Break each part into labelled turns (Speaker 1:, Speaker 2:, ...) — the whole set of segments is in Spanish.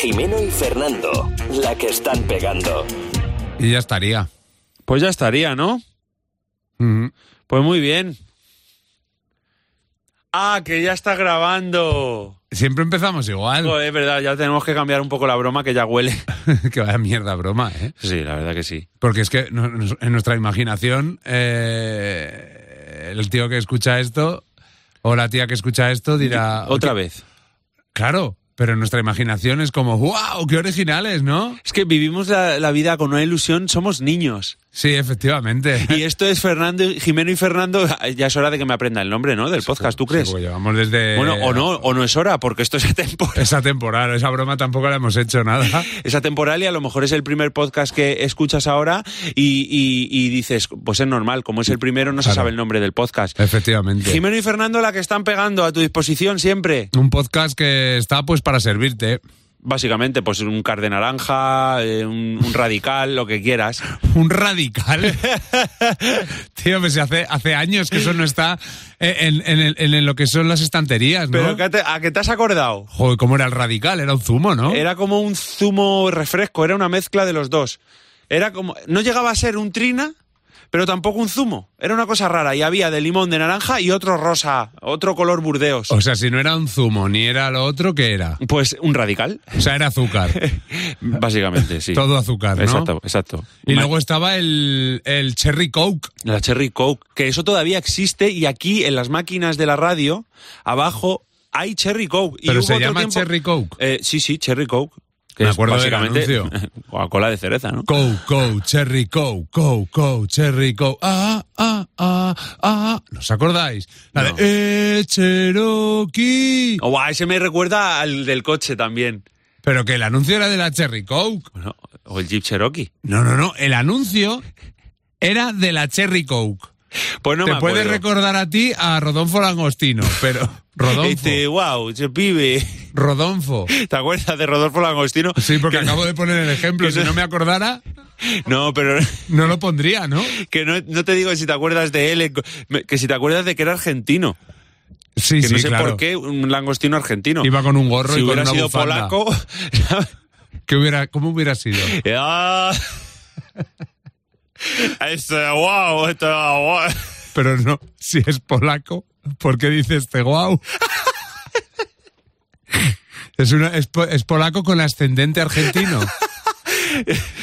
Speaker 1: Jimeno y Fernando, la que están pegando.
Speaker 2: Y ya estaría.
Speaker 3: Pues ya estaría, ¿no?
Speaker 2: Ujú.
Speaker 3: Pues muy bien. Ah, que ya está grabando.
Speaker 2: Siempre empezamos igual.
Speaker 3: Joder, es verdad, ya tenemos que cambiar un poco la broma que ya huele.
Speaker 2: que vaya mierda broma, ¿eh?
Speaker 3: Sí, la verdad que sí.
Speaker 2: Porque es que no- nos- en nuestra imaginación, eh, el tío que escucha esto o la tía que escucha esto dirá...
Speaker 3: Otra vez.
Speaker 2: Claro, pero en nuestra imaginación es como, wow, qué originales, ¿no?
Speaker 3: Es que vivimos la, la vida con una ilusión, somos niños.
Speaker 2: Sí, efectivamente.
Speaker 3: Y esto es Fernando, Jimeno y Fernando. Ya es hora de que me aprenda el nombre, ¿no? Del podcast, ¿tú crees?
Speaker 2: Sí, porque llevamos desde...
Speaker 3: Bueno, o no, o no es hora, porque esto es atemporal.
Speaker 2: Esa temporada, esa broma tampoco la hemos hecho nada.
Speaker 3: Es atemporal y a lo mejor es el primer podcast que escuchas ahora y, y- y dices, pues es normal, como es el primero no se
Speaker 2: Claro.
Speaker 3: sabe el nombre del podcast.
Speaker 2: Efectivamente.
Speaker 3: Jimeno y Fernando, la que están pegando a tu disposición siempre.
Speaker 2: Un podcast que está pues para servirte.
Speaker 3: Básicamente, pues un car de naranja, eh, un, un radical, lo que quieras.
Speaker 2: Un radical. Tío, pues hace, hace años que eso no está en, en, en- en lo que son las estanterías, ¿no?
Speaker 3: Pero ¿qué te- ¿a qué te has acordado?
Speaker 2: Joder, ¿cómo era el radical? Era un zumo, ¿no?
Speaker 3: Era como un zumo refresco, era una mezcla de los dos. Era como. No llegaba a ser un trina, pero tampoco un zumo. Era una cosa rara. Y había de limón, de naranja y otro rosa, otro color burdeos.
Speaker 2: O sea, si no era un zumo ni era lo otro, ¿qué era?
Speaker 3: Pues un radical,
Speaker 2: O sea, era azúcar.
Speaker 3: básicamente, sí.
Speaker 2: Todo azúcar, ¿no?
Speaker 3: Exacto, exacto.
Speaker 2: Y luego estaba el, el Cherry Coke.
Speaker 3: La Cherry Coke, que eso todavía existe y aquí en las máquinas de la radio, abajo, hay Cherry Coke. Y
Speaker 2: Pero
Speaker 3: hubo
Speaker 2: se
Speaker 3: otro
Speaker 2: llama
Speaker 3: tiempo-
Speaker 2: Cherry Coke.
Speaker 3: Eh, sí, sí, Cherry Coke.
Speaker 2: Me acuerdo del anuncio.
Speaker 3: Coca-Cola de cereza, ¿no?
Speaker 2: Coke, Coke, Cherry Coke, Coke, Coke, Cherry Coke. Ah, ah, ah, ah. ¿No os acordáis? La
Speaker 3: No.
Speaker 2: de eh, Cherokee.
Speaker 3: Oh, guau, ese me recuerda al del coche también.
Speaker 2: Pero que el anuncio era de la Cherry Coke.
Speaker 3: Bueno, o el Jeep Cherokee.
Speaker 2: No, no, no. El anuncio era de la Cherry Coke.
Speaker 3: Pues no
Speaker 2: Te
Speaker 3: me
Speaker 2: puede
Speaker 3: acuerdo.
Speaker 2: recordar a ti a Rodolfo Langostino, pero. Rodolfo.
Speaker 3: Este, wow, ese pibe.
Speaker 2: Rodolfo.
Speaker 3: ¿Te acuerdas de Rodolfo Langostino?
Speaker 2: Sí, porque acabo de poner el ejemplo.
Speaker 3: que
Speaker 2: Si
Speaker 3: no-
Speaker 2: no me acordara,
Speaker 3: No, pero
Speaker 2: no lo pondría, ¿no?
Speaker 3: que no, no te digo si te acuerdas de él, eh, que si te acuerdas de que era argentino.
Speaker 2: Sí,
Speaker 3: Que
Speaker 2: sí,
Speaker 3: no sé
Speaker 2: claro.
Speaker 3: por qué un langostino argentino.
Speaker 2: Iba con un gorro
Speaker 3: si
Speaker 2: y con
Speaker 3: hubiera
Speaker 2: una
Speaker 3: sido
Speaker 2: bufanda.
Speaker 3: polaco.
Speaker 2: ¿Qué hubiera, ¿Cómo hubiera sido?
Speaker 3: Ah. Este, wow, este, wow.
Speaker 2: Pero no, si es polaco, ¿por qué dices este guau? Es, una, es, po- es polaco con ascendente argentino.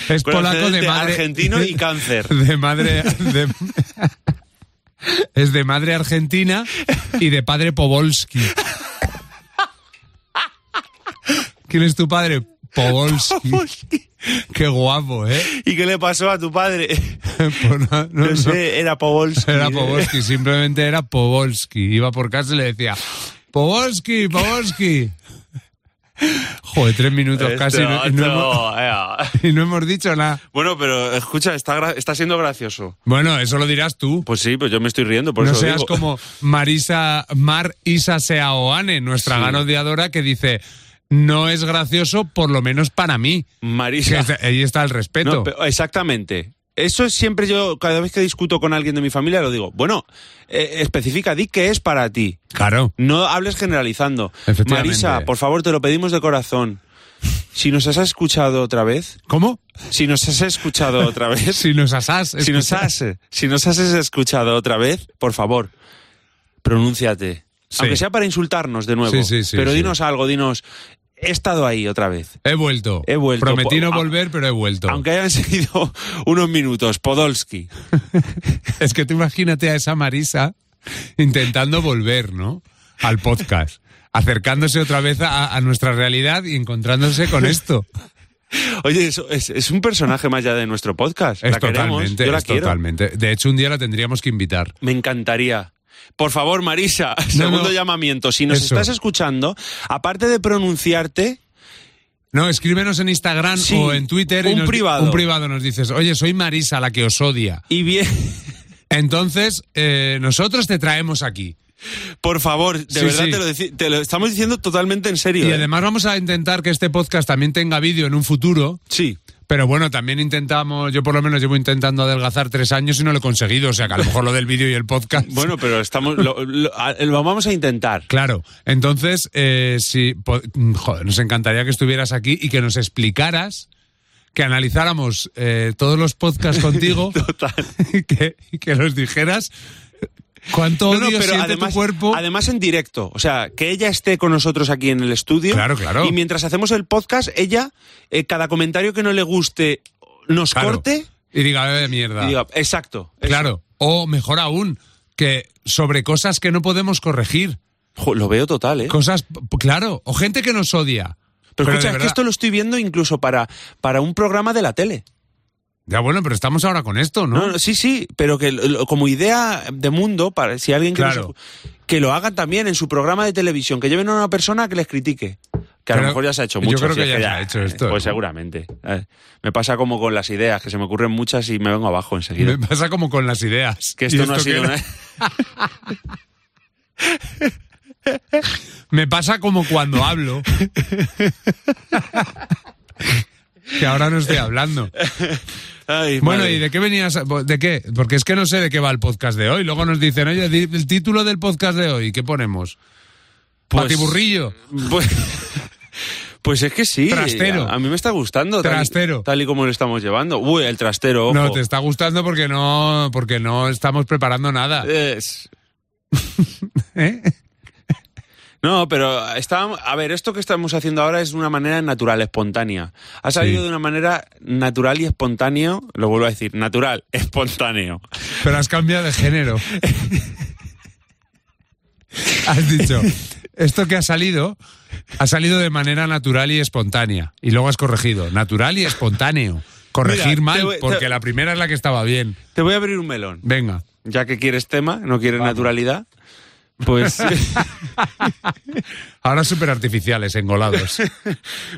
Speaker 2: Es
Speaker 3: Con
Speaker 2: polaco de
Speaker 3: ascendente
Speaker 2: madre.
Speaker 3: argentino y cáncer.
Speaker 2: De madre. de- es de madre argentina y de padre Pobolski. ¿Quién es tu padre? Pobolski. Qué guapo, ¿eh?
Speaker 3: ¿Y qué le pasó a tu padre?
Speaker 2: Pues no- no-
Speaker 3: No,
Speaker 2: no-
Speaker 3: sé, era Pobolsky.
Speaker 2: Era Pobolski, simplemente era Pobolski. Iba por casa y le decía, Pobolski, Pobolski. Joder, tres minutos
Speaker 3: Este,
Speaker 2: casi y no, y no hemos,
Speaker 3: otro, eh.
Speaker 2: y no hemos dicho nada.
Speaker 3: Bueno, pero escucha, está, gra- está siendo gracioso.
Speaker 2: Bueno, eso lo dirás tú.
Speaker 3: Pues sí, pues yo me estoy riendo, por
Speaker 2: no
Speaker 3: eso
Speaker 2: seas
Speaker 3: digo.
Speaker 2: como Marisa, Mar Isa Seaoane, nuestra
Speaker 3: Sí.
Speaker 2: gran odiadora, que dice, no es gracioso, por lo menos para mí. Que
Speaker 3: Marisa.
Speaker 2: es- ahí está el respeto.
Speaker 3: No, pero- exactamente. Eso siempre yo, cada vez que discuto con alguien de mi familia, lo digo. Bueno, eh, especifica, di que es para ti.
Speaker 2: Claro.
Speaker 3: No hables generalizando.
Speaker 2: Efectivamente.
Speaker 3: Marisa, por favor, te lo pedimos de corazón. Si nos has escuchado otra vez,
Speaker 2: ¿Cómo?
Speaker 3: si nos has escuchado otra vez,
Speaker 2: Si nos asás.
Speaker 3: si nos
Speaker 2: escucha-
Speaker 3: has, si nos has escuchado otra vez, por favor, pronúnciate.
Speaker 2: Sí.
Speaker 3: Aunque sea para insultarnos de nuevo.
Speaker 2: Sí, sí, sí,
Speaker 3: pero
Speaker 2: sí.
Speaker 3: dinos algo, dinos, he estado ahí otra vez.
Speaker 2: He vuelto.
Speaker 3: He vuelto.
Speaker 2: Prometí no
Speaker 3: Ah.
Speaker 2: volver, pero he vuelto.
Speaker 3: Aunque hayan seguido unos minutos, Podolski.
Speaker 2: Es que tú imagínate a esa Marisa intentando volver, ¿no? Al podcast. Acercándose otra vez a, a nuestra realidad y encontrándose con esto.
Speaker 3: Oye, es, es- es un personaje más allá de nuestro podcast.
Speaker 2: Es
Speaker 3: la queremos,
Speaker 2: totalmente,
Speaker 3: yo la
Speaker 2: es
Speaker 3: quiero.
Speaker 2: totalmente. De hecho, un día la tendríamos que invitar.
Speaker 3: Me encantaría. Por favor, Marisa, segundo
Speaker 2: no.
Speaker 3: llamamiento. Si nos
Speaker 2: Eso.
Speaker 3: estás escuchando, aparte de pronunciarte,
Speaker 2: No, escríbenos en Instagram
Speaker 3: Sí,
Speaker 2: o en Twitter. y
Speaker 3: un
Speaker 2: nos-
Speaker 3: privado.
Speaker 2: Un privado nos dices, oye, soy Marisa, la que os odia.
Speaker 3: y bien,
Speaker 2: Entonces, eh, nosotros te traemos aquí.
Speaker 3: por favor, de
Speaker 2: Sí,
Speaker 3: verdad
Speaker 2: sí.
Speaker 3: Te, lo deci- te lo estamos diciendo totalmente en serio.
Speaker 2: Y
Speaker 3: ¿eh?
Speaker 2: además vamos a intentar que este podcast también tenga vídeo en un futuro.
Speaker 3: Sí.
Speaker 2: Pero bueno, también intentamos, yo por lo menos llevo intentando adelgazar tres años y no lo he conseguido. O sea, que a lo mejor lo del vídeo y el podcast.
Speaker 3: Bueno, pero estamos lo, lo- a- lo vamos a intentar.
Speaker 2: Claro, entonces, eh, si, po- mm, joder, nos encantaría que estuvieras aquí y que nos explicaras, que analizáramos eh, todos los podcasts contigo y, que, y que nos dijeras eh, cuánto
Speaker 3: No, no,
Speaker 2: odio siente
Speaker 3: además,
Speaker 2: tu cuerpo.
Speaker 3: además en directo. O sea, que ella esté con nosotros aquí en el estudio.
Speaker 2: Claro, claro.
Speaker 3: Y mientras hacemos el podcast, ella, eh, cada comentario que no le guste, nos
Speaker 2: Claro.
Speaker 3: corte
Speaker 2: Y diga, "Eh, mierda.
Speaker 3: y diga, exacto. es-
Speaker 2: claro, o mejor aún, que sobre cosas que no podemos corregir.
Speaker 3: Jo, lo veo total, ¿eh?
Speaker 2: Cosas, p- claro, o gente que nos odia.
Speaker 3: Pero,
Speaker 2: de
Speaker 3: escucha, es que
Speaker 2: verdad-
Speaker 3: esto lo estoy viendo incluso para, para un programa de la tele.
Speaker 2: Ya bueno, pero estamos ahora con esto, ¿no?
Speaker 3: No, no, sí, sí, pero que lo- lo- como idea de mundo, para si alguien que,
Speaker 2: Claro.
Speaker 3: nos escu- que lo hagan también en su programa de televisión, que lleven a una persona que les critique. Que a
Speaker 2: Pero
Speaker 3: lo mejor ya se ha hecho
Speaker 2: yo
Speaker 3: mucho.
Speaker 2: creo
Speaker 3: si
Speaker 2: que ya
Speaker 3: es
Speaker 2: se ha hecho esto,
Speaker 3: Pues
Speaker 2: ¿no?
Speaker 3: seguramente. Eh, Me pasa como con las ideas, que se me ocurren muchas y me vengo abajo enseguida.
Speaker 2: Me pasa como con las ideas.
Speaker 3: Que
Speaker 2: ¿Y
Speaker 3: esto, no ha
Speaker 2: qué
Speaker 3: sido
Speaker 2: era?
Speaker 3: una-
Speaker 2: Me pasa como cuando hablo. que ahora no estoy hablando.
Speaker 3: Ay,
Speaker 2: Bueno,
Speaker 3: madre.
Speaker 2: ¿y de qué venías? a- ¿De qué? Porque es que no sé de qué va el podcast de hoy. Luego nos dicen, oye, di el título del podcast de hoy, ¿qué ponemos?
Speaker 3: Pues-
Speaker 2: Patiburrillo.
Speaker 3: Pues, pues es que sí.
Speaker 2: Trastero.
Speaker 3: A, a mí me está gustando. tal y-
Speaker 2: Trastero.
Speaker 3: Tal, y como lo estamos llevando. Uy, el trastero, ojo.
Speaker 2: No, te está gustando porque no, porque no estamos preparando nada.
Speaker 3: Es-
Speaker 2: ¿eh?
Speaker 3: No, pero estábamos, a ver, esto que estamos haciendo ahora es de una manera natural, espontánea. Ha salido
Speaker 2: Sí.
Speaker 3: de una manera natural y espontáneo, lo vuelvo a decir, natural, espontáneo.
Speaker 2: Pero has cambiado de género. has dicho, esto que ha salido, ha salido de manera natural y espontánea. Y luego has corregido, natural y espontáneo. Corregir
Speaker 3: Mira,
Speaker 2: mal,
Speaker 3: te voy- te-
Speaker 2: porque la primera es la que estaba bien.
Speaker 3: Te voy a abrir un melón.
Speaker 2: Venga.
Speaker 3: Ya que quieres tema, no quieres naturalidad, pues
Speaker 2: eh, Ahora súper artificiales, engolados.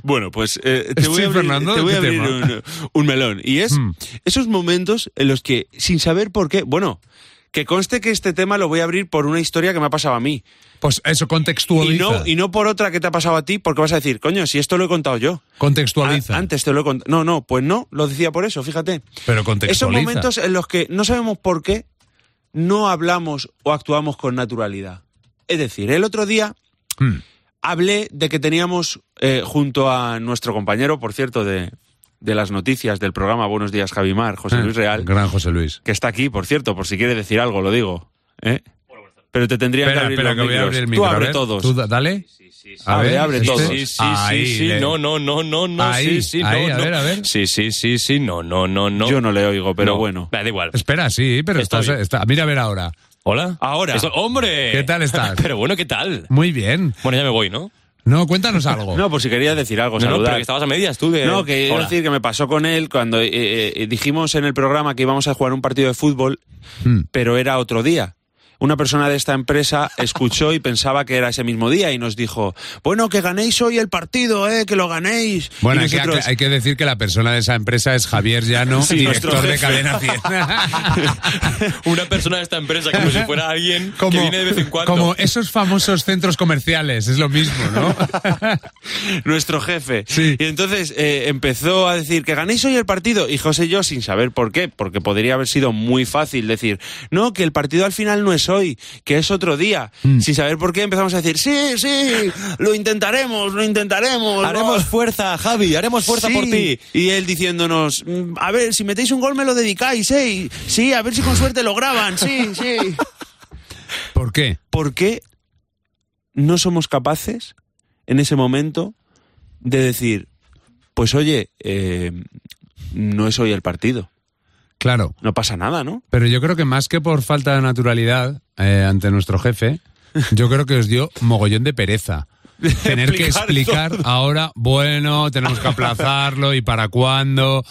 Speaker 3: bueno, pues eh, te,
Speaker 2: Sí,
Speaker 3: voy a abrir,
Speaker 2: Fernando,
Speaker 3: te voy a
Speaker 2: ¿qué
Speaker 3: abrir
Speaker 2: tema?
Speaker 3: un, un melón. Y es
Speaker 2: Mm.
Speaker 3: esos momentos en los que, sin saber por qué, bueno, que conste que este tema lo voy a abrir por una historia que me ha pasado a mí.
Speaker 2: Pues eso, contextualiza.
Speaker 3: Y no, y no por otra que te ha pasado a ti, porque vas a decir, coño, si esto lo he contado yo.
Speaker 2: contextualiza.
Speaker 3: A- antes te lo he contado. No, no, pues no, lo decía por eso, fíjate.
Speaker 2: pero
Speaker 3: Esos
Speaker 2: contextualiza.
Speaker 3: momentos en los que no sabemos por qué no hablamos o actuamos con naturalidad. Es decir, el otro día
Speaker 2: Mm.
Speaker 3: hablé de que teníamos eh, junto a nuestro compañero, por cierto, de, de las noticias del programa Buenos Días Javimar,
Speaker 2: Ah,
Speaker 3: José Luis Real,
Speaker 2: Gran José Luis.
Speaker 3: que está aquí, por cierto, por si quiere decir algo, lo digo. ¿eh? Pero te tendrían que
Speaker 2: Espera,
Speaker 3: abrir
Speaker 2: espera,
Speaker 3: los
Speaker 2: que voy a
Speaker 3: micros.
Speaker 2: abrir el
Speaker 3: Tú
Speaker 2: micro. a
Speaker 3: abre
Speaker 2: ver.
Speaker 3: todos.
Speaker 2: Tú da- dale. A
Speaker 3: Abre,
Speaker 2: ver,
Speaker 3: abre
Speaker 2: este.
Speaker 3: todos.
Speaker 4: Sí, sí, sí,
Speaker 2: Ahí,
Speaker 4: sí,
Speaker 2: le-
Speaker 4: no, no, no, no, no,
Speaker 2: Ahí,
Speaker 4: sí, sí,
Speaker 2: ahí,
Speaker 4: no,
Speaker 2: a
Speaker 4: no.
Speaker 2: ver, a ver.
Speaker 4: Sí, sí, sí, sí, no, no, no, no.
Speaker 3: Yo no le oigo, pero
Speaker 4: No.
Speaker 3: bueno.
Speaker 4: Da igual.
Speaker 2: Espera, sí, pero
Speaker 4: Está
Speaker 2: estás,
Speaker 4: bien.
Speaker 2: está- mira a ver ahora.
Speaker 4: Hola.
Speaker 3: Ahora.
Speaker 4: Eso- ¡Hombre!
Speaker 2: ¿Qué tal estás?
Speaker 4: Pero bueno, ¿qué tal?
Speaker 2: Muy bien.
Speaker 4: Bueno, ya me voy, ¿no?
Speaker 2: No, cuéntanos algo.
Speaker 3: No, por si querías decir algo,
Speaker 4: no, no,
Speaker 3: saludar.
Speaker 4: pero que estabas a medias tú de...
Speaker 3: No, que quiero
Speaker 4: Hola.
Speaker 3: decir que me pasó con él cuando eh, eh, dijimos en el programa que íbamos a jugar un partido de fútbol,
Speaker 2: Mm.
Speaker 3: pero era otro día. Una persona de esta empresa escuchó y pensaba que era ese mismo día y nos dijo, bueno, que ganéis hoy el partido, eh, que lo ganéis.
Speaker 2: Bueno,
Speaker 3: Y
Speaker 2: hay que,
Speaker 3: nosotros,
Speaker 2: hay que decir que la persona de esa empresa es Javier Llano,
Speaker 3: Sí,
Speaker 2: director
Speaker 3: nuestro
Speaker 2: de
Speaker 3: jefe.
Speaker 2: Cadena 100.
Speaker 4: Una persona de esta empresa, como si fuera alguien que viene de vez en cuando.
Speaker 2: como esos famosos centros comerciales, es lo mismo, ¿no?
Speaker 3: nuestro jefe.
Speaker 2: Sí.
Speaker 3: Y entonces eh, empezó a decir que ganéis hoy el partido. Y José y yo, sin saber por qué, porque podría haber sido muy fácil decir, no, que el partido al final no es hoy, que es otro día.
Speaker 4: Mm.
Speaker 3: Sin saber por qué empezamos a decir, sí, sí, lo intentaremos, lo intentaremos.
Speaker 4: Haremos
Speaker 3: ¿no?".
Speaker 4: fuerza, Javi, haremos fuerza
Speaker 3: Sí.
Speaker 4: por ti.
Speaker 3: Y él diciéndonos, "Mm, a ver, si metéis un gol me lo dedicáis, ¿eh? Y- Sí, a ver si con suerte lo graban, sí, sí.
Speaker 2: ¿Por qué?
Speaker 3: ¿Por qué no somos capaces en ese momento de decir, pues oye, eh, no es hoy el partido?
Speaker 2: Claro.
Speaker 3: No pasa nada, ¿no?
Speaker 2: Pero yo creo que más que por falta de naturalidad eh, ante nuestro jefe, yo creo que os dio mogollón de pereza. Tener que explicar
Speaker 3: Explicar
Speaker 2: ahora, bueno, tenemos que aplazarlo y para cuándo.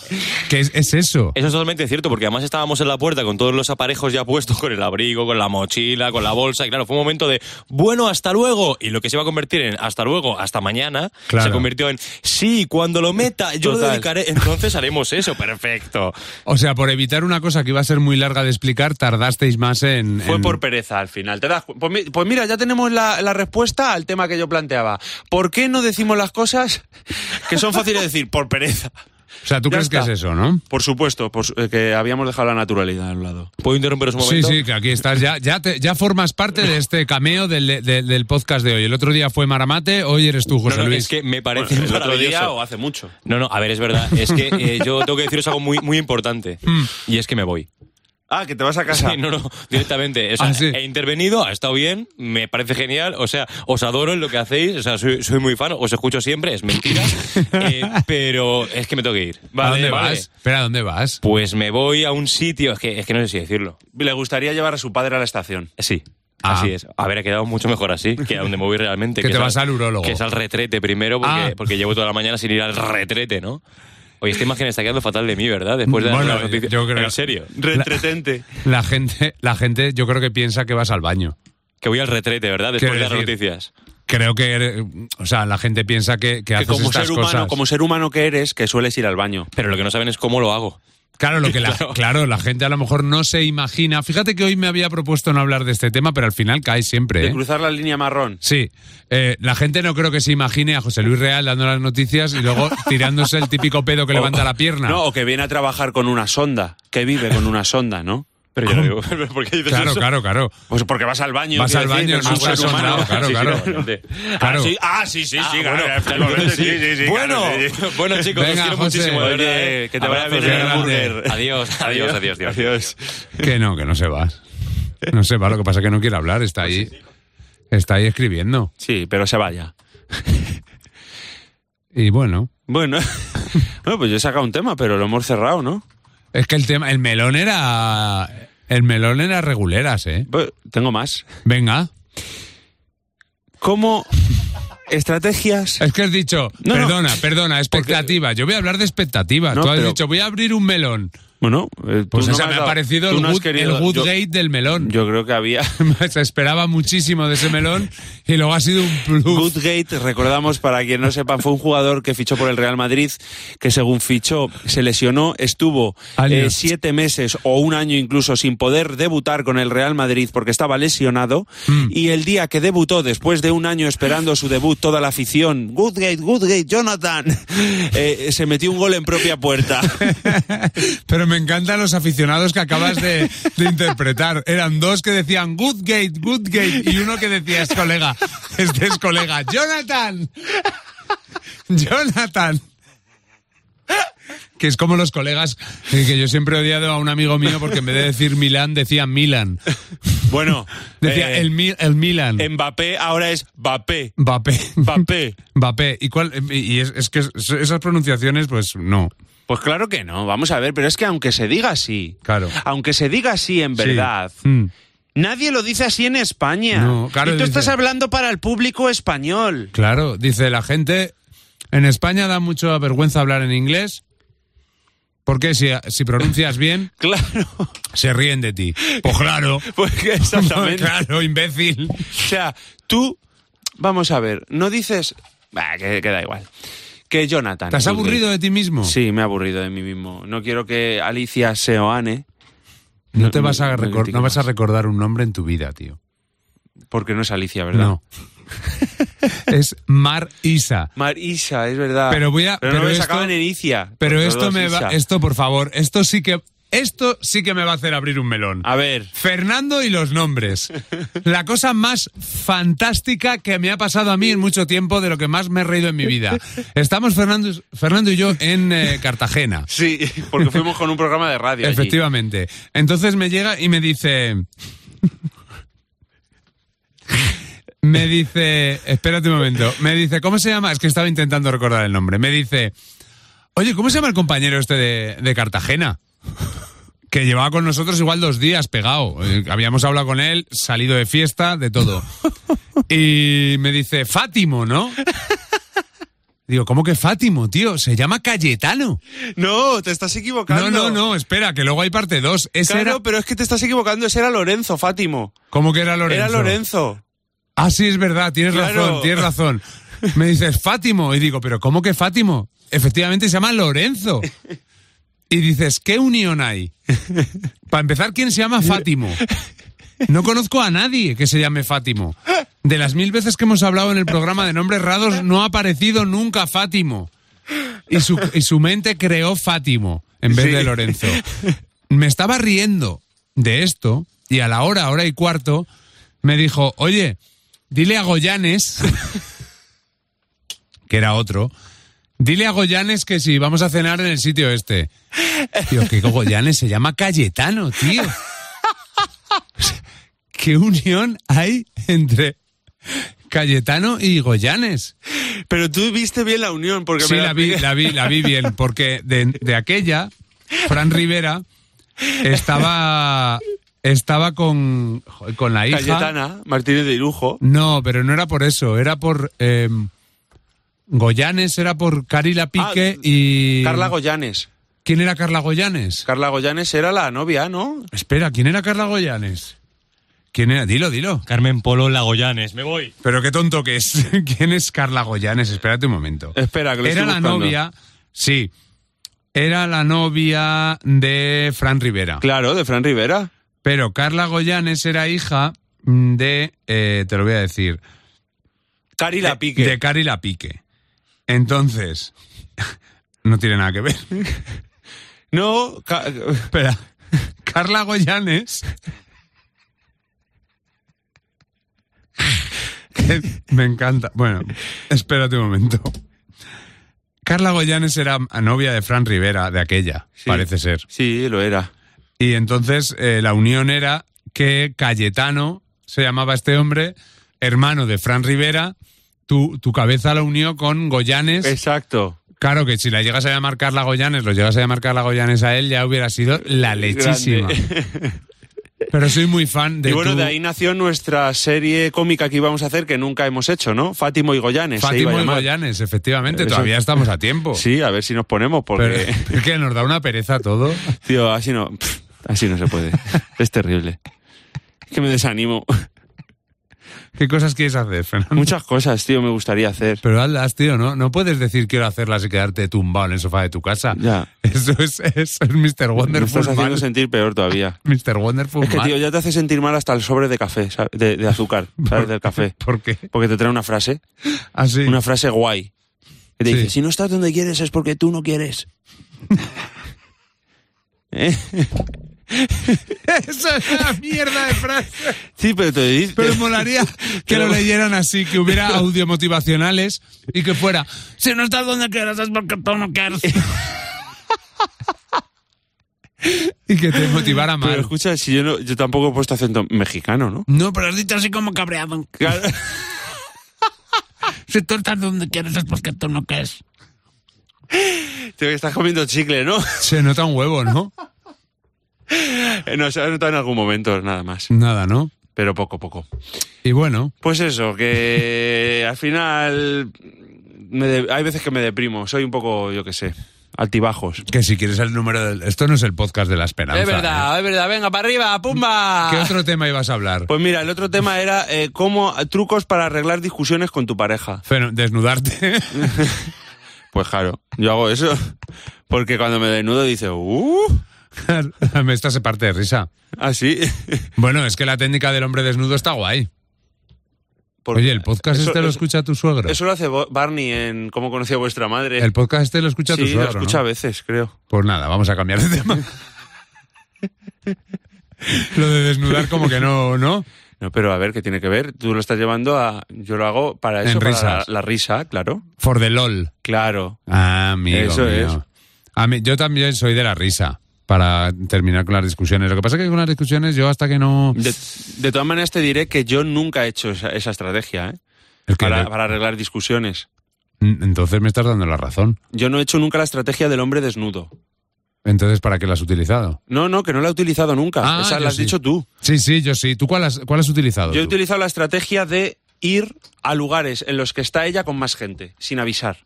Speaker 2: ¿Qué es, es eso?
Speaker 4: Eso es totalmente cierto, porque además estábamos en la puerta con todos los aparejos ya puestos, con el abrigo, con la mochila, con la bolsa, y claro, fue un momento de, bueno, hasta luego, y lo que se iba a convertir en hasta luego, hasta mañana,
Speaker 2: Claro.
Speaker 4: se convirtió en, sí, cuando lo meta, yo lo
Speaker 3: Total.
Speaker 4: dedicaré, entonces haremos eso, perfecto.
Speaker 2: O sea, por evitar una cosa que iba a ser muy larga de explicar, tardasteis más en.
Speaker 3: Fue
Speaker 2: en-
Speaker 3: por pereza al final. ¿Te das cu- pues, mi- pues mira, ya tenemos la, la respuesta al tema que yo planteaba. ¿Por qué no decimos las cosas que son fáciles de decir? Por pereza.
Speaker 2: O sea, tú
Speaker 3: Ya
Speaker 2: crees que
Speaker 3: está.
Speaker 2: es eso, ¿no?
Speaker 3: Por supuesto, por su- eh, que habíamos dejado la naturalidad a un lado.
Speaker 4: ¿Puedo interromperos un
Speaker 2: Sí,
Speaker 4: momento?
Speaker 2: sí, que aquí estás. Ya, ya, te- ya formas parte de este cameo del, de- del podcast de hoy. El otro día fue Maramate, hoy eres tú, José
Speaker 4: No, no,
Speaker 2: Luis.
Speaker 4: es que me parece
Speaker 3: Bueno, el otro
Speaker 4: maravilloso.
Speaker 3: día o hace mucho.
Speaker 4: No, no, a ver, es verdad. Es que eh, yo tengo que deciros algo muy, muy importante.
Speaker 3: Mm.
Speaker 4: Y es que me voy.
Speaker 3: Ah, que te vas a casa.
Speaker 4: Sí, no, no, directamente. O sea,
Speaker 2: Ah, sí.
Speaker 4: He intervenido, ha estado bien, me parece genial. O sea, os adoro en lo que hacéis. O sea, soy, soy muy fan, os escucho siempre, es mentira. Eh, pero es que me tengo que ir.
Speaker 2: ¿A dónde
Speaker 4: Vale.
Speaker 2: vas? Espera, ¿a dónde vas?
Speaker 4: Pues me voy a un sitio, es que, es que no sé si decirlo.
Speaker 3: Le gustaría llevar a su padre a la estación.
Speaker 4: Sí.
Speaker 2: Ah.
Speaker 4: Así es. A ver, ha quedado mucho mejor así que a donde me voy realmente.
Speaker 2: Que te
Speaker 4: es
Speaker 2: vas al urólogo.
Speaker 4: Que es al retrete primero, porque,
Speaker 2: Ah.
Speaker 4: porque llevo toda la mañana sin ir al retrete, ¿no? Oye, esta imagen está quedando fatal de mí, ¿verdad? Después de
Speaker 2: Bueno,
Speaker 4: la noticia.
Speaker 2: yo creo-
Speaker 4: En serio.
Speaker 3: Retretente.
Speaker 2: La gente, la gente, yo creo que piensa que vas al baño.
Speaker 4: Que voy al retrete, ¿verdad? Después de
Speaker 2: Quiero
Speaker 4: las
Speaker 2: decir,
Speaker 4: noticias.
Speaker 2: Creo que, eres- o sea, la gente piensa que, que
Speaker 3: Que
Speaker 2: haces
Speaker 3: como
Speaker 2: estas
Speaker 3: ser, humano,
Speaker 2: cosas.
Speaker 3: como ser humano que eres, que sueles ir al baño.
Speaker 4: Pero lo que no saben es cómo lo hago.
Speaker 2: Claro, lo que la, claro. la gente a lo mejor no se imagina. Fíjate que hoy me había propuesto no hablar de este tema, pero al final cae siempre.
Speaker 3: De
Speaker 2: ¿eh?
Speaker 3: cruzar la línea marrón.
Speaker 2: Sí, Eh, la gente no creo que se imagine a José Luis Real dando las noticias y luego tirándose el típico pedo que levanta la pierna.
Speaker 3: No, o que viene a trabajar con una sonda. Que vive con una sonda, ¿no?
Speaker 4: Pero yo no digo, ¿pero ¿por qué dices
Speaker 2: claro,
Speaker 4: eso?
Speaker 2: claro, claro.
Speaker 3: Pues porque vas al baño.
Speaker 2: Vas
Speaker 3: quiero
Speaker 2: al
Speaker 3: decir,
Speaker 2: baño,
Speaker 3: eres
Speaker 2: no
Speaker 3: un
Speaker 2: estás
Speaker 3: ser
Speaker 2: sondado,
Speaker 3: humano.
Speaker 2: claro,
Speaker 3: Sí, sí,
Speaker 2: claro. Claro.
Speaker 3: Ah, sí, ah, sí, sí,
Speaker 4: Ah,
Speaker 3: sí,
Speaker 4: bueno,
Speaker 3: claro,
Speaker 4: claro,
Speaker 3: efectivamente,
Speaker 4: sí. bueno,
Speaker 3: claro, sí.
Speaker 4: bueno, chicos,
Speaker 2: Venga,
Speaker 4: os quiero
Speaker 2: José.
Speaker 4: muchísimo. de
Speaker 2: Oye,
Speaker 4: verdad, ¿eh?
Speaker 3: que te vaya
Speaker 4: Abrazos
Speaker 3: bien
Speaker 2: el
Speaker 4: grandes.
Speaker 3: burger.
Speaker 4: Adiós, adiós, adiós, adiós.
Speaker 2: Que no, que no se va. No se va, lo que pasa es que no quiere hablar, está
Speaker 3: Pues
Speaker 2: ahí. Está ahí escribiendo.
Speaker 3: Sí, pero se vaya.
Speaker 2: Y bueno,
Speaker 3: Bueno, bueno, pues yo he sacado un tema, pero lo hemos cerrado, ¿no?
Speaker 2: es que el tema, el melón era. El melón era reguleras, ¿eh?
Speaker 3: Pues, tengo más.
Speaker 2: Venga.
Speaker 3: ¿Cómo estrategias?
Speaker 2: Es que has dicho,
Speaker 3: No, no.
Speaker 2: perdona, perdona, expectativa. Yo voy a hablar de expectativa.
Speaker 3: No,
Speaker 2: Tú has
Speaker 3: pero-
Speaker 2: dicho, voy a abrir un melón.
Speaker 3: Bueno, eh, tú
Speaker 2: Pues
Speaker 3: no
Speaker 2: esa
Speaker 3: has
Speaker 2: me ha
Speaker 3: dado-
Speaker 2: parecido
Speaker 3: tú
Speaker 2: el,
Speaker 3: no has
Speaker 2: good,
Speaker 3: querido-
Speaker 2: el good
Speaker 3: yo-
Speaker 2: gate del melón.
Speaker 3: Yo creo que había
Speaker 2: Se esperaba muchísimo de ese melón y luego ha sido un plus.
Speaker 3: Goodgate, recordamos para quien no sepa, fue un jugador que fichó por el Real Madrid, que según fichó se lesionó, estuvo
Speaker 2: Años.
Speaker 3: eh, siete meses o un año incluso sin poder debutar con el Real Madrid porque estaba lesionado.
Speaker 2: Mm.
Speaker 3: Y el día que debutó, después de un año esperando su debut, toda la afición, Goodgate, Goodgate, Jonathan, eh, se metió un gol en propia puerta.
Speaker 2: Pero me encantan los aficionados que acabas de, de interpretar. Eran dos que decían good gate, good gate y uno que decía es colega, este es colega. Jonathan. Jonathan. Que es como los colegas eh, que yo siempre he odiado a un amigo mío porque en vez de decir Milán decía Milan.
Speaker 3: Bueno,
Speaker 2: Decía
Speaker 3: eh,
Speaker 2: el, Mi- el Milan.
Speaker 3: Mbappé ahora es Mbappé.
Speaker 2: Mbappé.
Speaker 3: Mbappé.
Speaker 2: Mbappé. ¿Y cuál? eh, Y es, es que es- esas pronunciaciones, pues no.
Speaker 3: Pues claro que no, vamos a ver, pero es que aunque se diga así,
Speaker 2: Claro.
Speaker 3: aunque se diga así en verdad,
Speaker 2: Sí. Mm.
Speaker 3: nadie lo dice así en España.
Speaker 2: No, claro,
Speaker 3: y tú
Speaker 2: dice-
Speaker 3: estás hablando para el público español.
Speaker 2: Claro, dice la gente. En España da mucha vergüenza hablar en inglés. Porque si, si pronuncias bien,
Speaker 3: Claro,
Speaker 2: se ríen de ti. Pues claro.
Speaker 3: porque exactamente.
Speaker 2: claro, imbécil.
Speaker 3: O sea, tú, vamos a ver, no dices, Bah, que, que da igual, que Jonathan.
Speaker 2: ¿Te has
Speaker 3: Goodgate.
Speaker 2: aburrido de ti mismo?
Speaker 3: Sí, me he aburrido de mí mismo. No quiero que Alicia Seoane,
Speaker 2: No
Speaker 3: No,
Speaker 2: te vas a,
Speaker 3: no, no
Speaker 2: recor-
Speaker 3: critico
Speaker 2: no vas a
Speaker 3: más.
Speaker 2: recordar un nombre en tu vida, tío.
Speaker 3: porque no es Alicia, ¿verdad?
Speaker 2: No. es Mar Isa.
Speaker 3: Marisa, es verdad.
Speaker 2: Pero voy a-
Speaker 3: Pero,
Speaker 2: pero
Speaker 3: no me
Speaker 2: esto-
Speaker 3: sacaban en Pues Inicia.
Speaker 2: Pero
Speaker 3: Los
Speaker 2: esto
Speaker 3: dos
Speaker 2: me
Speaker 3: Isa.
Speaker 2: va, esto por favor, esto sí que esto sí que me va a hacer abrir un melón.
Speaker 3: A ver.
Speaker 2: Fernando y los nombres. La cosa más fantástica que me ha pasado a mí en mucho tiempo, de lo que más me he reído en mi vida. Estamos Fernando, Fernando y yo en eh, Cartagena.
Speaker 3: Sí, porque fuimos con un programa de radio. allí.
Speaker 2: Efectivamente. Entonces me llega y me dice. me dice. Espérate un momento. Me dice, ¿cómo se llama? Es que estaba intentando recordar el nombre. Me dice, Oye, ¿cómo se llama el compañero este de, de Cartagena? Que llevaba con nosotros igual dos días pegado. Eh, Habíamos hablado con él, salido de fiesta, de todo. Y me dice, Fátimo, ¿no? Digo, ¿cómo que Fátimo, tío? Se llama Cayetano.
Speaker 3: No, te estás equivocando.
Speaker 2: No, no, no, espera, que luego hay parte 2. Ese
Speaker 3: Claro,
Speaker 2: era.
Speaker 3: pero es que te estás equivocando. Ese era Lorenzo, Fátimo.
Speaker 2: ¿Cómo que era Lorenzo?
Speaker 3: Era Lorenzo.
Speaker 2: Ah, sí, es verdad, tienes
Speaker 3: Claro.
Speaker 2: razón, tienes razón. Me dices Fátimo, y digo, ¿pero cómo que Fátimo? Efectivamente se llama Lorenzo. Y dices, ¿qué unión hay? Para empezar, ¿quién se llama Fátimo? No conozco a nadie que se llame Fátimo. De las mil veces que hemos hablado en el programa de nombres raros, no ha aparecido nunca Fátimo. y su, y su mente creó Fátimo en vez
Speaker 3: Sí.
Speaker 2: de Lorenzo. Me estaba riendo de esto y a la hora, hora y cuarto, me dijo, oye, dile a Goyanes, que era otro, dile a Goyanes que si vamos a cenar en el sitio este. Tío, que Goyanes se llama Cayetano, tío. O sea, ¿Qué unión hay entre Cayetano y Goyanes?
Speaker 3: Pero tú viste bien la unión, porque
Speaker 2: Sí,
Speaker 3: me
Speaker 2: la vi,
Speaker 3: expliqué.
Speaker 2: la vi, la vi bien, porque de, de aquella, Fran Rivera estaba, estaba con, joder, con la hija.
Speaker 3: Cayetana, Martínez de Irujo.
Speaker 2: No, pero no era por eso, era por eh, Goyanes, era por Carila Pique
Speaker 3: Ah,
Speaker 2: y...
Speaker 3: Carla Goyanes.
Speaker 2: ¿Quién era Carla Goyanes?
Speaker 3: Carla Goyanes era la novia, ¿no?
Speaker 2: Espera, ¿quién era Carla Goyanes? ¿Quién era? Dilo, dilo.
Speaker 4: Carmen Polo Lagoyanes, me voy.
Speaker 2: Pero qué tonto que es. ¿Quién es Carla Goyanes? Espérate un momento.
Speaker 3: Espera, que lo
Speaker 2: Era
Speaker 3: estoy
Speaker 2: la
Speaker 3: buscando.
Speaker 2: novia, sí. Era la novia de Fran Rivera.
Speaker 3: Claro, de Fran Rivera.
Speaker 2: Pero Carla Goyanes era hija de, eh, te lo voy a decir,
Speaker 3: Cari la pique.
Speaker 2: de Cari la Pique. Entonces, no tiene nada que ver.
Speaker 3: No, ca-
Speaker 2: Espera, Carla Goyanes. Que Me encanta. Bueno, espérate un momento. Carla Goyanes era novia de Fran Rivera, de aquella,
Speaker 3: Sí.
Speaker 2: parece ser.
Speaker 3: sí, lo era.
Speaker 2: Y entonces eh, la unión era que Cayetano, se llamaba este hombre, hermano de Fran Rivera, tu, tu cabeza la unió con Goyanes.
Speaker 3: Exacto.
Speaker 2: Claro que si la llegas a llamar Carla Goyanes, lo llegas a llamar Carla Goyanes a él, ya hubiera sido la lechísima.
Speaker 3: Grande.
Speaker 2: Pero soy muy fan de
Speaker 3: y bueno,
Speaker 2: tu
Speaker 3: de ahí nació nuestra serie cómica que íbamos a hacer que nunca hemos hecho, ¿no? Fátimo y Goyanes. se iba a
Speaker 2: Fátimo y
Speaker 3: llamar.
Speaker 2: Goyanes, efectivamente.
Speaker 3: Eso.
Speaker 2: Todavía estamos a tiempo.
Speaker 3: Sí, a ver si nos ponemos,
Speaker 2: Pero
Speaker 3: porque,
Speaker 2: es que nos da una pereza todo.
Speaker 3: tío, así no, pff, así no se puede. es terrible. Es que me desanimo.
Speaker 2: ¿Qué cosas quieres hacer, Fernando?
Speaker 3: Muchas cosas, tío, me gustaría hacer.
Speaker 2: Pero hazlas, tío, ¿no? No puedes decir quiero hacerlas y quedarte tumbado en el sofá de tu casa.
Speaker 3: Ya.
Speaker 2: Eso es, eso es Mr.
Speaker 3: Me estás
Speaker 2: Wonderful
Speaker 3: haciendo
Speaker 2: mal.
Speaker 3: sentir peor todavía.
Speaker 2: Mr. Wonderful
Speaker 3: Es que,
Speaker 2: mal.
Speaker 3: tío, ya te hace sentir mal hasta el sobre de café, ¿sabes? De, de azúcar, ¿sabes? Del café.
Speaker 2: ¿Por qué?
Speaker 3: Porque te trae una frase,
Speaker 2: Así.
Speaker 3: una frase guay. Que te
Speaker 2: Sí.
Speaker 3: dice, si no estás donde quieres es porque tú no quieres. ¿Eh?
Speaker 2: Eso es una mierda de frase.
Speaker 3: Sí, pero te dice...
Speaker 2: Pero molaría que lo leyeran así, que hubiera audio motivacionales y que fuera. Si no estás donde quieras es porque tú no quieres. y que te motivara
Speaker 3: Pero
Speaker 2: mal.
Speaker 3: escucha, si yo, no, yo tampoco he puesto acento mexicano, ¿no?
Speaker 2: No, pero has dicho así como cabreado.
Speaker 3: Claro.
Speaker 2: Si tú estás donde quieres es porque tú no quieres.
Speaker 3: Tío, que estás comiendo chicle, ¿no?
Speaker 2: Se nota un huevo, ¿no?
Speaker 3: Eh, No, se ha notado en algún momento, nada más.
Speaker 2: Nada, ¿no?
Speaker 3: Pero poco, poco.
Speaker 2: Y bueno,
Speaker 3: Pues eso, que al final me de- hay veces que me deprimo, soy un poco, yo qué sé, altibajos.
Speaker 2: que si quieres el número del... Esto no es el podcast de la esperanza. ¿eh?
Speaker 3: es verdad, venga, para arriba, pumba.
Speaker 2: ¿Qué otro tema ibas a hablar?
Speaker 3: Pues mira, el otro tema era eh, cómo trucos para arreglar discusiones con tu pareja.
Speaker 2: Feno- desnudarte.
Speaker 3: Pues claro, yo hago eso. Porque cuando me desnudo dice, ¡uh!
Speaker 2: Me estás de parte de risa.
Speaker 3: Así.
Speaker 2: Bueno, es que la técnica del hombre desnudo está guay.
Speaker 3: Porque
Speaker 2: Oye, el podcast
Speaker 3: eso-
Speaker 2: este lo
Speaker 3: eso-
Speaker 2: escucha tu suegro.
Speaker 3: Eso lo hace Bo- Barney en Cómo conocí a vuestra madre.
Speaker 2: El podcast este lo escucha tu
Speaker 3: sí, lo
Speaker 2: suegro.
Speaker 3: escucha a
Speaker 2: ¿no?
Speaker 3: veces, creo.
Speaker 2: Pues nada, vamos a cambiar de tema. lo de desnudar como que no, ¿no?
Speaker 3: No, pero a ver, ¿qué tiene que ver? Tú lo estás llevando a... Yo lo hago para
Speaker 2: En
Speaker 3: eso, para la,
Speaker 2: risas.
Speaker 3: la risa, claro.
Speaker 2: For the lol.
Speaker 3: Claro.
Speaker 2: Ah, amigo
Speaker 3: Eso
Speaker 2: mío.
Speaker 3: es.
Speaker 2: A mí, yo también soy de la risa para terminar con las discusiones. Lo que pasa es que con las discusiones yo hasta que no...
Speaker 3: De, de todas maneras te diré que yo nunca he hecho esa, esa estrategia, ¿eh?
Speaker 2: Es que
Speaker 3: Para,
Speaker 2: le-
Speaker 3: para arreglar discusiones.
Speaker 2: Mm, Entonces me estás dando la razón.
Speaker 3: Yo no he hecho nunca la estrategia del hombre desnudo.
Speaker 2: Entonces, ¿para qué la has utilizado?
Speaker 3: No, no, que no la he utilizado nunca.
Speaker 2: Ah,
Speaker 3: esa
Speaker 2: yo
Speaker 3: la has
Speaker 2: sí.
Speaker 3: dicho tú.
Speaker 2: Sí, sí, yo sí. ¿Tú cuál has, cuál has utilizado?
Speaker 3: Yo he
Speaker 2: tú?
Speaker 3: utilizado la estrategia de ir a lugares en los que está ella con más gente, sin avisar.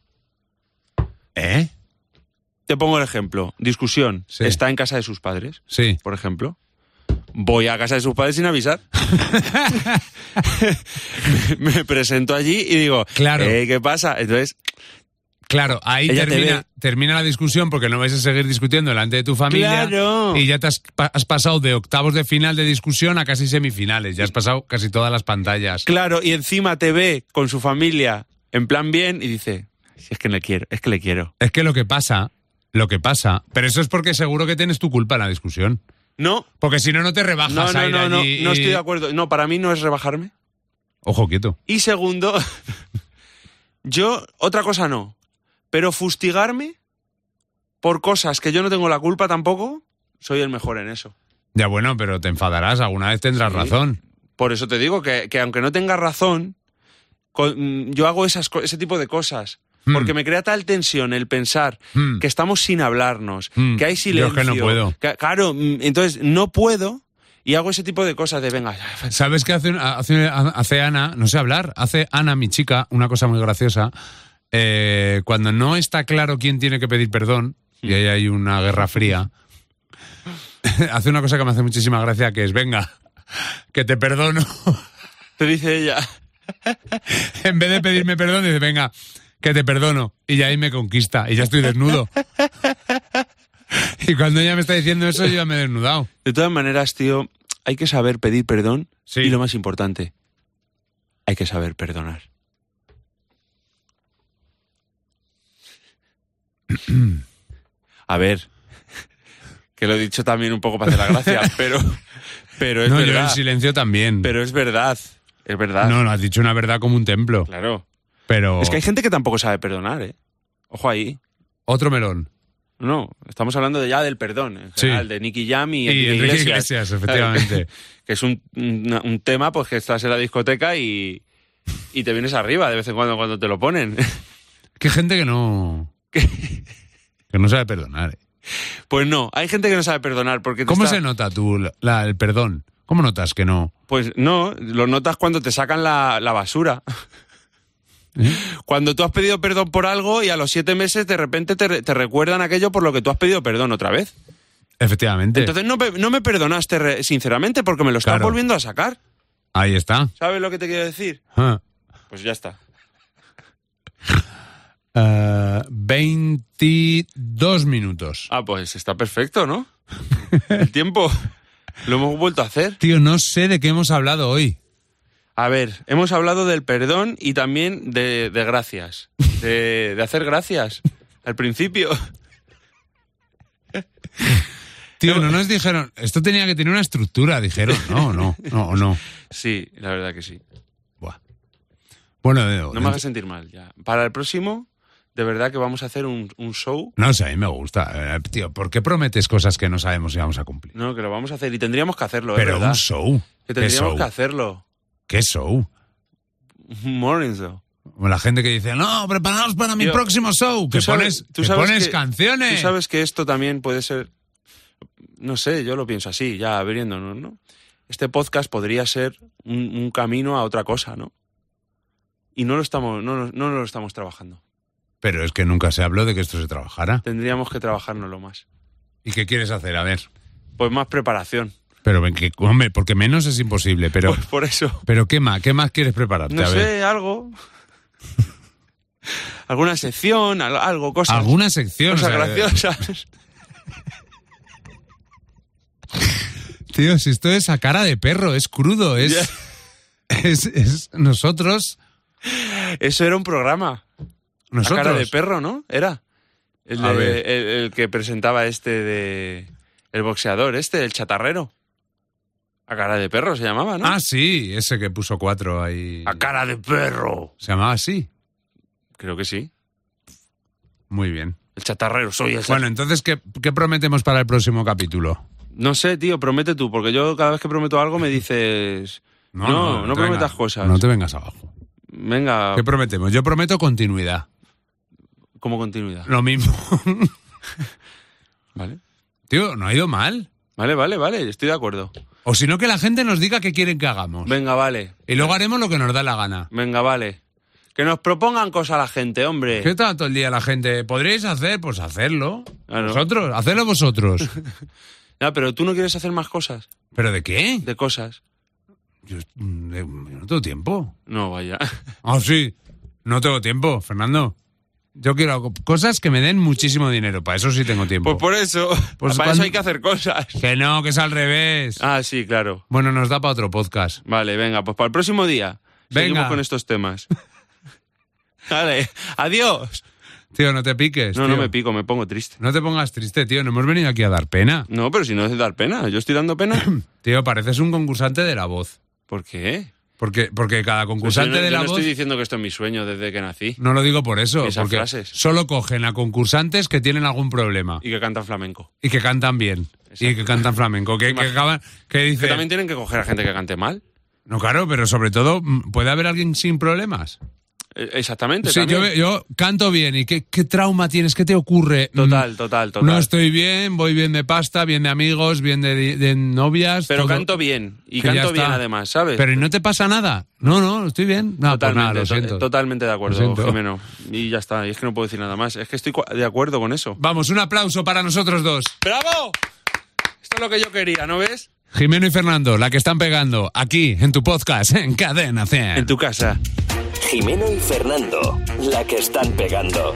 Speaker 2: ¿Eh?
Speaker 3: Te pongo el ejemplo. Discusión.
Speaker 2: Sí.
Speaker 3: Está en casa de sus padres,
Speaker 2: Sí.
Speaker 3: por ejemplo. Voy a casa de sus padres sin avisar. me, me presento allí y digo,
Speaker 2: Claro.
Speaker 3: "Eh, ¿qué pasa? Entonces,
Speaker 2: Claro, ahí
Speaker 3: Ella te
Speaker 2: termina,
Speaker 3: ve.
Speaker 2: termina la discusión porque no vais a seguir discutiendo delante de tu familia.
Speaker 3: Claro.
Speaker 2: Y ya te has, pa- has pasado de octavos de final de discusión a casi semifinales. Ya has pasado casi todas las pantallas.
Speaker 3: claro, y encima te ve con su familia en plan bien y dice, Si es que le quiero, es que le quiero.
Speaker 2: Es que lo que pasa, lo que pasa, pero eso es porque seguro que tienes tu culpa en la discusión.
Speaker 3: No,
Speaker 2: Porque si no, no te rebajas
Speaker 3: no,
Speaker 2: a
Speaker 3: no,
Speaker 2: ir
Speaker 3: no, no, no
Speaker 2: allí y-
Speaker 3: estoy de acuerdo. No, para mí no es rebajarme.
Speaker 2: Ojo quieto.
Speaker 3: Y segundo, yo otra cosa no, pero fustigarme por cosas que yo no tengo la culpa tampoco, soy el mejor en eso.
Speaker 2: Ya bueno, pero te enfadarás, alguna vez tendrás
Speaker 3: Sí.
Speaker 2: razón.
Speaker 3: Por eso te digo que, que aunque no tenga razón, co- mm, yo hago esas, co- ese tipo de cosas.
Speaker 2: Mm.
Speaker 3: Porque me crea tal tensión el pensar
Speaker 2: Mm.
Speaker 3: que estamos sin hablarnos,
Speaker 2: Mm.
Speaker 3: que hay
Speaker 2: Yo es
Speaker 3: silencio.
Speaker 2: que no puedo.
Speaker 3: que- claro, mm, entonces no puedo y hago ese tipo de cosas de venga.
Speaker 2: ¿Sabes qué hace, hace, hace Ana? No sé hablar. Hace Ana, mi chica, una cosa muy graciosa. Eh, cuando no está claro quién tiene que pedir perdón, y ahí hay una guerra fría, hace una cosa que me hace muchísima gracia, que es, venga, que te perdono.
Speaker 3: Te dice ella.
Speaker 2: en vez de pedirme perdón, dice, venga, que te perdono. Y ya ahí me conquista, y ya estoy desnudo. y cuando ella me está diciendo eso, yo ya me he desnudado.
Speaker 3: De todas maneras, tío, hay que saber pedir perdón
Speaker 2: Sí.
Speaker 3: y lo más importante, hay que saber perdonar. A ver, que lo he dicho también un poco para hacer la gracia, pero, pero es
Speaker 2: no, yo
Speaker 3: verdad.
Speaker 2: en silencio también.
Speaker 3: Pero es verdad, es verdad.
Speaker 2: No, no, has dicho una verdad como un templo.
Speaker 3: Claro.
Speaker 2: Pero
Speaker 3: Es que hay gente que tampoco sabe perdonar, ¿eh? Ojo ahí.
Speaker 2: otro melón.
Speaker 3: No, estamos hablando de ya del perdón, en
Speaker 2: Sí.
Speaker 3: general, de Nicky Jam y,
Speaker 2: Y
Speaker 3: Enrique
Speaker 2: Enrique
Speaker 3: Iglesias.
Speaker 2: Iglesias, efectivamente.
Speaker 3: que es un, un- un tema pues que estás en la discoteca y, y te vienes arriba de vez en cuando cuando te lo ponen.
Speaker 2: Que hay gente que no. que no sabe perdonar. ¿eh?
Speaker 3: Pues no, hay gente que no sabe perdonar porque te
Speaker 2: ¿Cómo
Speaker 3: está-
Speaker 2: se nota tú la- la- el perdón? ¿Cómo notas que no?
Speaker 3: Pues no, lo notas cuando te sacan la, la basura. Cuando tú has pedido perdón por algo y a los siete meses de repente te, re- te recuerdan aquello por lo que tú has pedido perdón otra vez.
Speaker 2: Efectivamente.
Speaker 3: Entonces no, pe- no me perdonaste re- sinceramente porque me lo estás
Speaker 2: Claro.
Speaker 3: volviendo a sacar.
Speaker 2: Ahí está.
Speaker 3: ¿Sabes lo que te quiero decir?
Speaker 2: Ah.
Speaker 3: Pues ya está.
Speaker 2: Eh, 22 minutos.
Speaker 3: Ah, pues está perfecto, ¿no? El tiempo lo hemos vuelto a hacer.
Speaker 2: Tío, no sé de qué hemos hablado hoy.
Speaker 3: A ver, hemos hablado del perdón y también de, de gracias. De, de hacer gracias. Al principio.
Speaker 2: Tío, no nos dijeron. Esto tenía que tener una estructura, dijeron. No, no, no, no.
Speaker 3: Sí, la verdad que sí.
Speaker 2: Buah. Bueno, eh, de-
Speaker 3: No me hagas sentir mal ya. Para el próximo, de verdad que vamos a hacer un, un show,
Speaker 2: no sé, a mí me gusta. Eh, tío, ¿por qué prometes cosas que no sabemos si vamos a cumplir?
Speaker 3: ¿no? Que lo vamos a hacer y tendríamos que hacerlo, es
Speaker 2: Pero
Speaker 3: verdad.
Speaker 2: un show. ¿Qué
Speaker 3: Que tendríamos
Speaker 2: show?
Speaker 3: que hacerlo.
Speaker 2: ¿Qué show?
Speaker 3: Un Morning show.
Speaker 2: Como la gente que dice, no, preparaos para mi
Speaker 3: Tío,
Speaker 2: próximo show.
Speaker 3: tú
Speaker 2: Que
Speaker 3: sabes-
Speaker 2: pones,
Speaker 3: tú
Speaker 2: que
Speaker 3: sabes
Speaker 2: pones
Speaker 3: que-
Speaker 2: canciones.
Speaker 3: Tú sabes que esto también puede ser. No sé, yo lo pienso así, ya abriéndonos, ¿no? Este podcast podría ser un, un camino a otra cosa, ¿no? Y no lo estamos, no, lo- no lo estamos trabajando.
Speaker 2: Pero es que nunca se habló de que esto se trabajara.
Speaker 3: Tendríamos que trabajárnoslo más.
Speaker 2: ¿Y qué quieres hacer? A ver.
Speaker 3: Pues más preparación.
Speaker 2: Pero ven que, hombre, porque menos es imposible. Pero,
Speaker 3: Pues por eso.
Speaker 2: pero ¿qué más? ¿Qué más quieres prepararte?
Speaker 3: No
Speaker 2: a ver.
Speaker 3: sé, algo. Alguna sección, al- algo, cosas.
Speaker 2: ¿Alguna sección?
Speaker 3: cosas
Speaker 2: O sea,
Speaker 3: graciosas.
Speaker 2: Tío, si esto es a cara de perro, es crudo, es. Es, es nosotros.
Speaker 3: Eso era un programa.
Speaker 2: Nosotros.
Speaker 3: A cara de perro, ¿no? Era. El,
Speaker 2: A
Speaker 3: de-
Speaker 2: ver.
Speaker 3: el- el que presentaba este de. El boxeador, este, el chatarrero. A cara de perro se llamaba, ¿no?
Speaker 2: Ah, sí, ese que puso cuatro ahí.
Speaker 3: a cara de perro.
Speaker 2: Se llamaba así.
Speaker 3: Creo que sí.
Speaker 2: Muy bien.
Speaker 3: El chatarrero, soy el
Speaker 2: Bueno,
Speaker 3: chatarrero.
Speaker 2: entonces, ¿qué, qué prometemos para el próximo capítulo?
Speaker 3: No sé, tío, promete tú, porque yo cada vez que prometo algo me dices. No, no,
Speaker 2: te
Speaker 3: prometas
Speaker 2: vengas-
Speaker 3: cosas. Ah.
Speaker 2: No te vengas abajo.
Speaker 3: Venga,
Speaker 2: ¿Qué prometemos? Yo prometo continuidad.
Speaker 3: como continuidad.
Speaker 2: Lo mismo.
Speaker 3: Vale.
Speaker 2: Tío, no ha ido mal.
Speaker 3: Vale, vale, vale, estoy de acuerdo.
Speaker 2: O si no, que la gente nos diga qué quieren que hagamos.
Speaker 3: Venga, vale,
Speaker 2: Y luego haremos lo que nos da la gana.
Speaker 3: venga, vale. Que nos propongan cosas la gente, hombre.
Speaker 2: ¿Qué tal todo el día la gente? ¿Podríais hacer? Pues hacerlo.
Speaker 3: Claro.
Speaker 2: Vosotros, hacedlo vosotros.
Speaker 3: Ya, pero tú no quieres hacer más cosas,
Speaker 2: ¿Pero de qué?
Speaker 3: de cosas.
Speaker 2: Yo, mm, eh, yo no tengo tiempo.
Speaker 3: No, vaya.
Speaker 2: Ah, sí. No tengo tiempo, Fernando. Yo quiero co- cosas que me den muchísimo dinero. Para eso sí tengo tiempo.
Speaker 3: Pues por eso.
Speaker 2: Pues
Speaker 3: para
Speaker 2: cuando-
Speaker 3: eso hay que hacer cosas.
Speaker 2: Que no, que es al revés.
Speaker 3: Ah, sí, claro.
Speaker 2: Bueno, nos da para otro podcast.
Speaker 3: Vale, venga, pues para el próximo día.
Speaker 2: Venga.
Speaker 3: Seguimos con estos temas. Vale, adiós.
Speaker 2: Tío, no te piques.
Speaker 3: No, no
Speaker 2: tío.
Speaker 3: me pico, me pongo triste.
Speaker 2: No te pongas triste, tío. No hemos venido aquí a dar pena.
Speaker 3: No, pero si no es de dar pena, yo estoy dando pena.
Speaker 2: Tío, pareces un concursante de la voz.
Speaker 3: ¿Por qué?
Speaker 2: Porque, porque cada
Speaker 3: Pues yo
Speaker 2: concursante
Speaker 3: no,
Speaker 2: de
Speaker 3: yo
Speaker 2: la
Speaker 3: no
Speaker 2: voz.
Speaker 3: estoy diciendo que esto es mi sueño desde que nací
Speaker 2: No lo digo por eso.
Speaker 3: Esas
Speaker 2: porque
Speaker 3: frases.
Speaker 2: solo cogen a concursantes que tienen algún problema.
Speaker 3: y que cantan flamenco.
Speaker 2: Y que cantan bien. Y que cantan flamenco. Que, que
Speaker 3: Imagina-
Speaker 2: acaban. Que
Speaker 3: Que
Speaker 2: dicen.
Speaker 3: también tienen que coger a gente que cante mal.
Speaker 2: No, claro, pero sobre todo, mm, ¿puede haber alguien sin problemas?
Speaker 3: Eh, Exactamente.
Speaker 2: Sí, yo,
Speaker 3: también.
Speaker 2: ve- yo canto bien. ¿Y qué, qué trauma tienes? ¿Qué te ocurre? Mm,
Speaker 3: Total, total, total.
Speaker 2: No estoy bien, voy bien de pasta, bien de amigos, bien de, di- de novias.
Speaker 3: Pero
Speaker 2: todo-
Speaker 3: canto bien. Y
Speaker 2: que ya
Speaker 3: canto bien
Speaker 2: está.
Speaker 3: además, ¿sabes?
Speaker 2: Pero ¿y no te pasa nada? No, no, estoy bien. No, pues nada, lo
Speaker 3: to-
Speaker 2: siento.
Speaker 3: totalmente de
Speaker 2: Lo
Speaker 3: acuerdo,
Speaker 2: siento.
Speaker 3: Jimeno. Y ya está. Y es que no puedo decir nada más. Es que estoy cua- de acuerdo con eso.
Speaker 2: Vamos, un aplauso para nosotros dos.
Speaker 3: ¡Bravo! Esto es lo que yo quería, ¿no ves?
Speaker 2: Jimeno y Fernando, la que están pegando aquí en tu podcast, en Cadena 100.
Speaker 3: En tu casa.
Speaker 1: Jimeno y Fernando, la que están pegando.